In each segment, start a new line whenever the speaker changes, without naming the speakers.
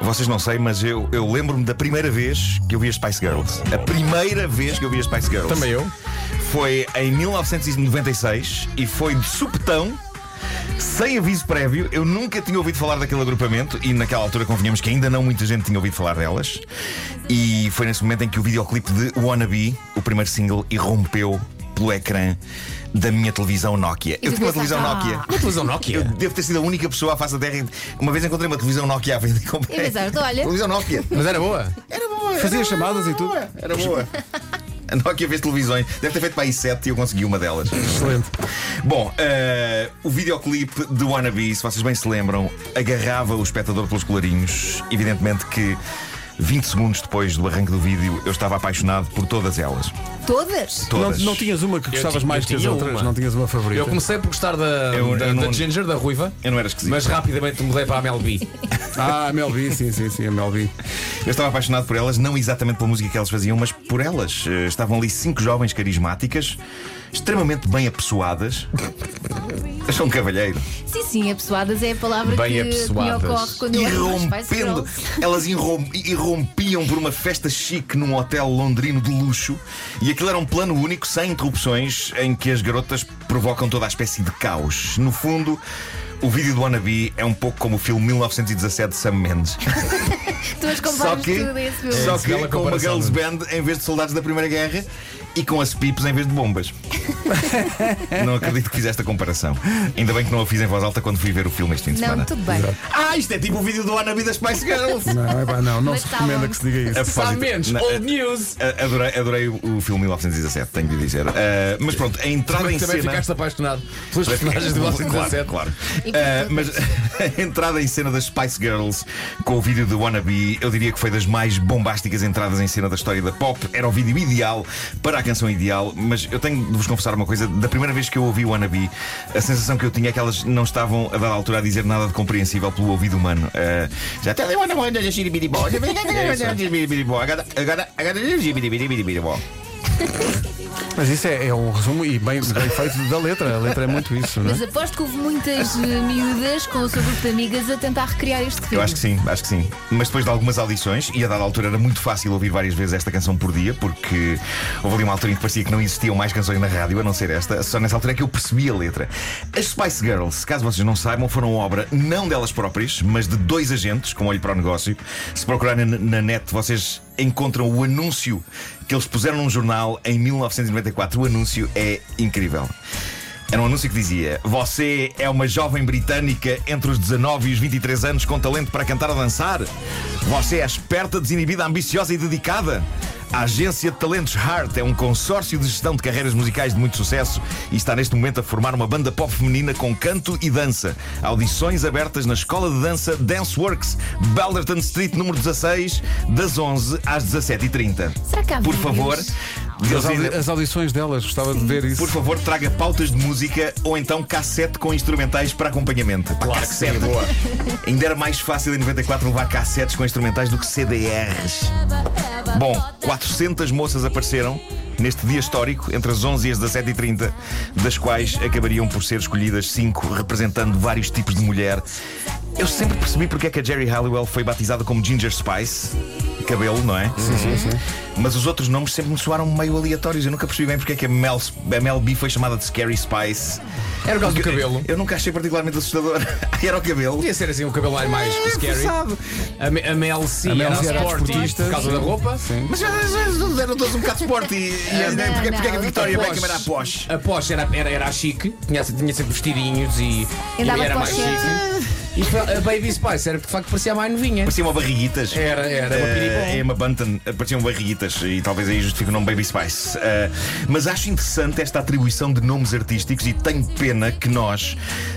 vocês não sei, mas eu, eu lembro-me da primeira vez que eu vi as Spice Girls. A primeira vez que eu vi as Spice Girls.
Também eu.
Foi em 1996 e foi de supetão. Sem aviso prévio, eu nunca tinha ouvido falar daquele agrupamento e naquela altura convenhamos que ainda não muita gente tinha ouvido falar delas. E foi nesse momento em que o videoclipe de Wannabe, o primeiro single, irrompeu pelo ecrã da minha televisão Nokia.
E
eu
tu
tinha uma
pensaste,
televisão
"Ah."
Nokia.
Uma televisão
Eu
Nokia.
devo ter sido a única pessoa à face da terra. Uma vez encontrei uma televisão Nokia à venda e comprei.
E pensaste, olha.
Televisão Nokia.
Mas era boa.
Era boa.
Fazia
era
chamadas
boa,
e tudo?
Era boa. A Nokia fez televisões. Deve ter feito para aí sete e eu consegui uma delas.
Excelente.
Bom, eh, o videoclipe de Wannabe, se vocês bem se lembram, agarrava o espectador pelos colarinhos. Evidentemente que 20 segundos depois do arranque do vídeo, eu estava apaixonado por todas elas.
Todas?
Não,
Todas.
não tinhas uma que gostavas
ti-
mais
eu
que as
tinha
outras?
uma.
Não tinhas uma favorita?
Eu comecei por gostar da,
Eu-
da,
eu não-
da Ginger, da Ruiva,
Eu não era esquisito.
mas rapidamente mudei para a Mel B.
Ah, a Mel B, sim, sim, sim, a Mel B.
Eu estava apaixonado por elas, não exatamente pela música que elas faziam, mas por elas. Eh, Estavam ali cinco jovens carismáticas, extremamente bem apessoadas. Eu sou um cavalheiro.
Sim, sim, apessoadas é a palavra
Bem
que me
apessoadas.
ocorre quando eu ouço as Spice
Irrompendo.
Girls.
Elas irrom- irrompiam por uma festa chique num hotel londrino de luxo. E aquilo era um plano único, sem interrupções, em que as garotas provocam toda a espécie de caos. No fundo. O vídeo do Wannabe é um pouco como o filme 1917 de Sam Mendes.
Tu as
Só
comparas
que,
tudo a esse filme.
só
É,
que
bela
com uma
comparação,
girls band em vez de soldados da Primeira Guerra e com as pips em vez de bombas. não acredito que fiz esta comparação. Ainda bem que não a fiz em voz alta quando fui ver o filme este fim de
Não,
semana.
tudo bem.
Ah, isto é tipo o vídeo do Wannabe das Spice Girls.
Não, é pá, não, não
Mas
se
tá
recomenda
bom.
que se diga isso.
A propósito,
Sam Mendes,
na-
Old News.
a- Adorei, adorei o filme 1917, tenho de dizer. Ah, mas pronto, a entrada
Também
em cena.
ficaste apaixonado pelos personagens de
Claro,
1917.
claro.
E por
Ah,
todas.
mas a entrada em cena das Spice Girls com o vídeo do Wannabe, eu diria que foi das mais bombásticas entradas em cena da história da pop. Era o vídeo ideal para a canção ideal, mas eu tenho de vos confessar uma coisa: da primeira vez que eu ouvi o Wannabe, a sensação que eu tinha é que elas não estavam a dada altura a dizer nada de compreensível pelo ouvido humano. Ah, já até É agora agora agora
Mas isso é, é um resumo e bem, bem feito da letra. A letra é muito isso, não é?
Mas aposto que houve muitas eh, miúdas com o seu grupo de amigas a tentar recriar este filme.
Eu acho que sim, acho que sim. Mas depois de algumas audições, e a dada altura era muito fácil ouvir várias vezes esta canção por dia, porque houve ali uma altura em que parecia que não existiam mais canções na rádio, a não ser esta. Só nessa altura é que eu percebi a letra. As Spice Girls, caso vocês não saibam, foram obra não delas próprias, mas de dois agentes, com olho para o negócio. Se procurarem na, na net, vocês encontram o anúncio que eles puseram num jornal em 1994. O anúncio é incrível. Era um anúncio que dizia: Você é uma jovem britânica entre os 19 e os 23 anos com talento para cantar ou dançar? Você é esperta, desinibida, ambiciosa e dedicada? A agência de talentos Heart é um consórcio de gestão de carreiras musicais de muito sucesso e está neste momento a formar uma banda pop feminina com canto e dança. Audições abertas na escola de dança Danceworks, Balderton Street, número 16, das 11 às 17h30.
Será que há
Por
vídeos?
favor,
As,
eles
audi-
ainda-
as audições delas, gostava de ver isso.
por favor, traga pautas de música ou então cassete com instrumentais para acompanhamento. Pá,
Claro que sim, boa.
Ainda era mais fácil em 94 levar cassetes com instrumentais do que CDRs. Bom, 400 moças apareceram neste dia histórico, entre as 11 e as 17h30, das quais acabariam por ser escolhidas 5, representando vários tipos de mulher. Eu sempre percebi porque é que a Jerry Halliwell foi batizada como Ginger Spice. Cabelo, não é? Sim, sim, sim. Mas os outros nomes sempre me soaram meio aleatórios. Eu nunca percebi bem porque é que a Mel, a Mel B foi chamada de Scary Spice.
Era o caso do
Porque
cabelo.
Eu nunca achei particularmente assustador. Era o cabelo.
Podia ser assim um cabelo mais, mais scary. A, Me- a Mel C
A Mel
era
C era
sporty,
desportista,
por causa
sim.
da roupa.
Mas já- já- já eram todos um bocado sport e, e
Ah, não,
porque, porque é que a
não,
Victoria
outra
Beckham era a Porsche?
A Porsche era, era, era a chique, tinha, tinha sempre vestidinhos e, e
Andava
era
com
mais
a
chique. E a Baby Spice era de facto parecia mais novinha.
Pareciam barriguitas.
Era, era uma
Eh,
piripom.
Emma Bunton, eh, pareciam barriguitas e talvez aí justifique o nome Baby Spice. Eh, mas acho interessante esta atribuição de nomes artísticos e tenho pena que nós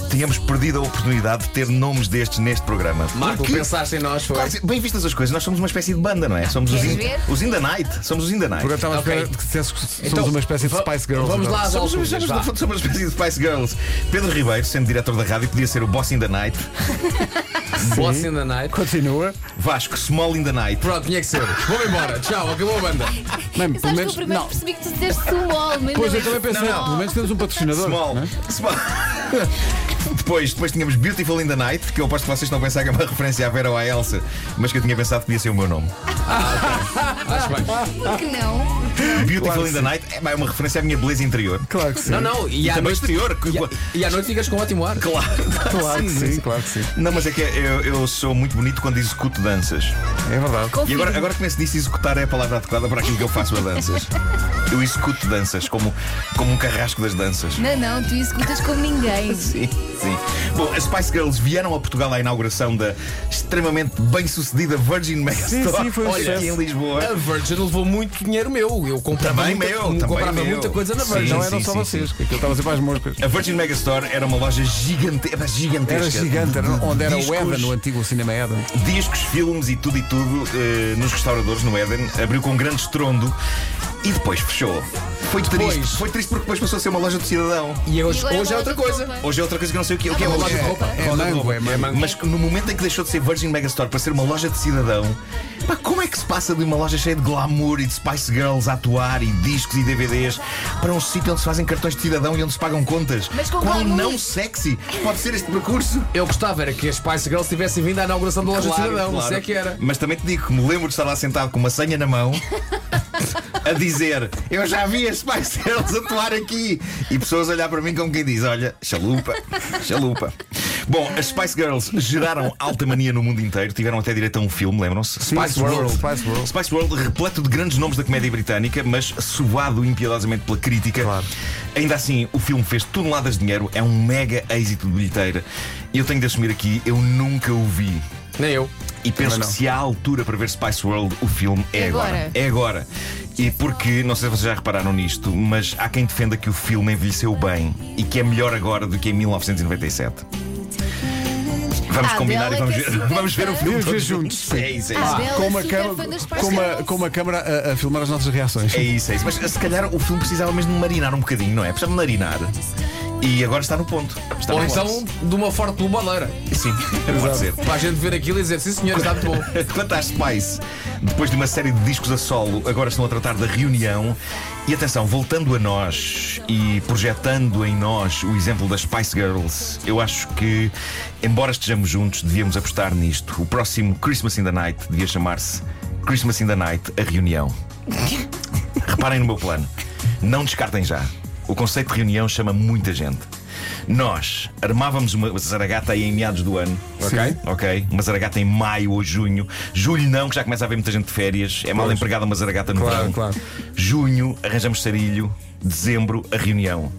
tenhamos perdido a oportunidade de ter nomes destes neste programa.
Marco,
Porque-
pensaste em nós, foi.
Claro, se- bem vistas as coisas, nós somos uma espécie de banda, não é? Somos os
Queres
in,
ver?
os in the Night. Somos os In the Night.
Porque eu estava a
Ok.
esperar que dissesse que somos
Então,
uma espécie de
va-
Spice Girls.
vamos
então.
lá às
Somos, somos,
alturas.
somos,
vá.
somos uma espécie de Spice Girls. Pedro Ribeiro, sendo diretor da rádio, podia ser o Boss in the Night.
Boss in the night.
Continua.
Vasco, Small in the Night.
Pronto, tinha que ser. Vou-me embora. Tchau, acabou a banda.
Bem,
Sabes
pelo
que
menos-
eu primeiro
não.
percebi que tu disseste Sumol, mas
Pois
não
eu também
é
pensei,
Sumol.
pelo menos temos um patrocinador.
Small.
não é?
Small. Depois, depois tínhamos Beautiful in the Night, que eu aposto que vocês estão a pensar que é uma referência à Vera ou à Elsa, mas que eu tinha pensado que podia ser o meu nome.
Por que não?
Beautiful
Claro
in
que
the Night é pá, é uma referência à minha beleza interior.
Claro que sim.
Não, não, e à
também
noite.
exterior. que-
E, à- e à noite ficas com um ótimo ar.
Claro.
Claro que sim, claro que sim.
Não, mas é que eu, eu sou muito bonito quando executo danças.
É verdade.
E
Confirmo.
agora, agora que me disse executar é a palavra adequada para aquilo que eu faço a danças. Eu executo danças, como, como um carrasco das danças.
Não, não, tu executas como ninguém.
Sim, sim. Bom, as Spice Girls vieram a Portugal à inauguração da extremamente bem-sucedida Virgin Megastore.
sim, foi um
Olha,
sucesso.
aqui em Lisboa.
A Virgin levou muito dinheiro meu. Eu comprava,
Também
muita,
meu, também
comprava
meu.
muita coisa na Virgin. é?
Sim,
Não
sim,
eram Então só
sim,
vocês, que eu estava a dizer para as moscas.
A Virgin Megastore era uma loja gigante, era gigantesca.
Era gigante, era onde era o
Discos.
Eden, o antigo cinema Eden.
discos, filmes e tudo e tudo eh, nos restauradores no Éden, abriu com um grande estrondo e depois fechou. Foi
Depois.
triste, foi triste porque depois passou a ser uma loja do cidadão.
E
E
hoje,
agora
hoje é outra
uma loja de
coisa.
roupa.
Hoje é outra coisa que eu não sei o que, o que é
Ah,
uma
uma
loja de
loja de
roupa.
roupa. É
Loja de
mango,
roupa.
é mango.
Mas no momento em que deixou de ser Virgin Megastore para ser uma loja de cidadão, pá, como é que se passa de uma loja cheia de glamour e de Spice Girls a atuar e discos e DVDs para um sítio onde se fazem cartões de cidadão e onde se pagam contas?
Mas com
Quão
glamour.
não sexy pode ser este percurso?
Eu gostava era que as Spice Girls tivessem vindo à inauguração da loja
Claro,
de Cidadão.
claro.
Isso é que era.
Mas também te digo que me lembro de estar lá sentado com uma senha na mão a dizer eu já vi as Spice Girls atuar aqui e pessoas a olhar para mim como quem diz: olha, chalupa, chalupa. Bom, as Spice Girls geraram alta mania no mundo inteiro, tiveram até direito a um filme, lembram-se?
Spice World. Spice World.
Spice World repleto de grandes nomes da comédia britânica, mas sovado impiedosamente pela crítica.
Claro.
Ainda assim, o filme fez toneladas de dinheiro, é um mega êxito de bilheteira. E eu tenho de assumir aqui, eu nunca o vi.
Nem eu.
E penso
Também
que
não.
se há altura para ver Spice World, o filme é
É
agora.
agora.
É agora. E porque, não sei se vocês já repararam nisto, mas há quem defenda que o filme envelheceu bem e que é melhor agora do que em 1997. Vamos
Ah,
combinar
Bela
e vamos
que é
ver, vamos ver o filme
Vamos ver
todos
juntos, sim.
É isso, é isso.
Ah, Bela
Com uma
super fã
câmara,
das Spice
com uma,
Girls.
com uma câmara a, a filmar as nossas reações.
É isso, é isso. Mas se calhar o filme precisava mesmo de marinar um bocadinho, não é? Precisava de marinar. E agora está no ponto. Está
Ou
no
então
ponto.
de uma forte bombadeira.
Sim, pode ser.
Para a gente ver aquilo e dizer, sim senhor, está muito bom.
Quanto às Spice, depois de uma série de discos a solo, agora estão a tratar da reunião. E atenção, voltando a nós e projetando em nós o exemplo das Spice Girls, eu acho que, embora estejamos juntos, devíamos apostar nisto. O próximo Christmas in the Night devia chamar-se Christmas in the Night A Reunião. Reparem no meu plano. Não descartem já. O conceito de reunião chama muita gente. Nós armávamos uma zaragata aí em meados do ano.
Sim.
Ok? Uma zaragata em maio ou junho. Julho não, que já começa a haver muita gente de férias. É mal empregada uma zaragata no
Claro,
verão.
claro.
Junho, arranjamos sarilho. Dezembro, a reunião.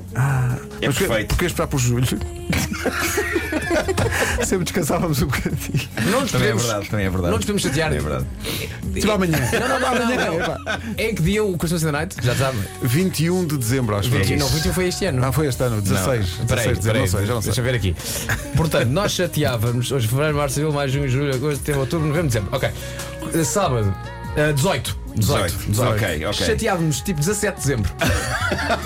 é
Mas porquê-
perfeito.
Porquê esperar para o julho? Sempre descansávamos um bocadinho.
Não nos
Também é
podemos,
verdade, também é verdade.
não nos podemos chatear.
É verdade.
Tipo amanhã.
Não, não, não, não, É que dia o Christmas in the Night? Já sabe.
21 de dezembro, acho
É
que
isso.
Não, 21 foi este ano.
Não, foi este ano, 16. 16 dezembro, não sei, já não sei.
deixa eu ver aqui. Portanto, nós chateávamos hoje, fevereiro, março, abril, maio, junho, julho, agosto, setembro, outubro, novembro, dezembro. Ok. Eh, Sábado, eh, 18. 18.
18, ok, ok.
Chateávamos tipo 17 de dezembro.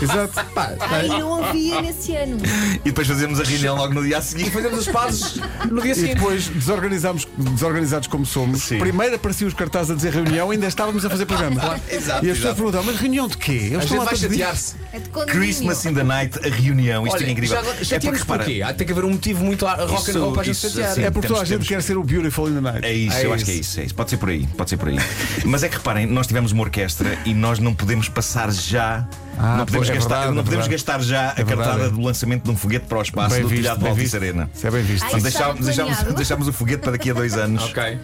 Exato.
Pá,
Ai, não havia nesse ano.
E depois fazemos a reunião logo no dia a seguir.
fazemos as pazes no dia
E
seguinte.
depois, desorganizámos, desorganizados como somos,
Sim.
primeiro apareciam os cartazes a dizer reunião, ainda estávamos a fazer programa.
Exato,
E as pessoas
exato.
perguntavam, mas reunião de quê? Eles
A
estão
gente
lá
vai
todos os dias."
chatear-se.
É de condomínio.
Christmas in the Night, a reunião. Isto é incrível.
já,
é porque repara.
porquê? Há- Tem que haver um motivo muito a- rock and roll para a gente
Isso, isso,
chatear.
sim.
É porque toda a
Temos- temos-
gente quer ser o Beautiful in the Night.
É isso,
É
eu acho que é isso, é isso. Pode ser por aí, pode ser por aí. Mas é que reparem, nós tivemos uma orquestra e nós não podemos passar já.
Ah,
não podemos,
pois, é
gastar,
verdade,
não
é
podemos
verdade.
gastar já a
É verdade,
cartada
é.
do lançamento de um foguete para o espaço
Bem
do
visto,
telhado de
bem
Altice
visto.
Arena.
Isso é bem visto.
Ai, estava
Deixámos, deixámos-
planeado.
deixámos o foguete para daqui a dois anos
Ok.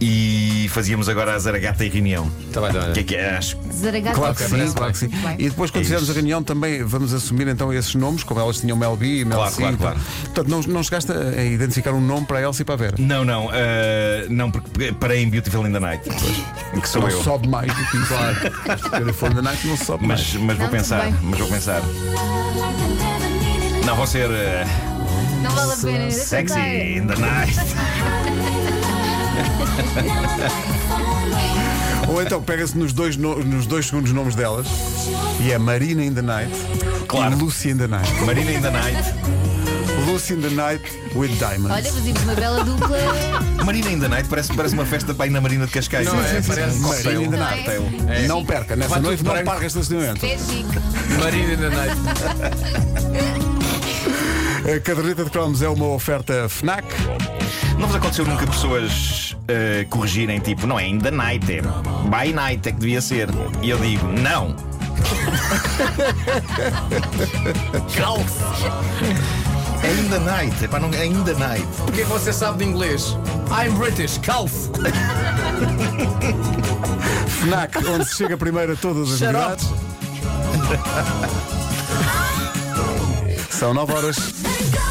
e fazíamos agora a Zaragata e reunião.
Tá bem, tá bem.
Que é que é? Acho
Zaragata
Claro que
de
sim,
Silva.
claro que sim.
Muito bem.
E depois, quando
É
fizermos
isso.
a reunião, também vamos assumir então esses nomes, como elas tinham Mel B e Mel
Claro,
C.
claro,
então.
claro.
Portanto, não, não chegaste a identificar um nome para a Elsa e para a Vera.
Não, não, eh, não, porque parei em Beautiful in the Night. Que sou
não
eu.
Então, sobe mais do que isso. Claro. Beautiful in the Night não sobe
Mas, mas vou
Não, tudo
pensar,
bem.
mas vou pensar. Não, vou ser. eh,
Não vale a pena. deixa estar.
Sexy in the night.
mais. Ou então pega-se nos dois, no- nos dois segundos nomes delas e é Marina in the Night
Claro.
e Lucy in the Night.
Marina in the night.
Lucy in the Night with Diamonds.
Olha, fazíamos uma bela dupla.
Marina in the night parece, parece uma festa para ir na Marina de Cascais.
Não é? Ah, então. Parece
um
Marina
cocktail.
in the
Não é?
Cocktail.
Não perca, nessa
Vai
noite
tudo
não
branco.
parca este estacionamento.
É chique.
Marina in the Night.
A caderneta de cromos é uma oferta FNAC.
Não vos aconteceu nunca pessoas eh, corrigirem tipo, não é in the night, é by night é que devia ser. E eu digo, não. Calça. É in the night, é para não é in the night.
Porque você sabe de inglês? I'm British, calf.
FNAC, onde se chega primeiro a todas as
Shut up.
novidades. São 9 horas.
Go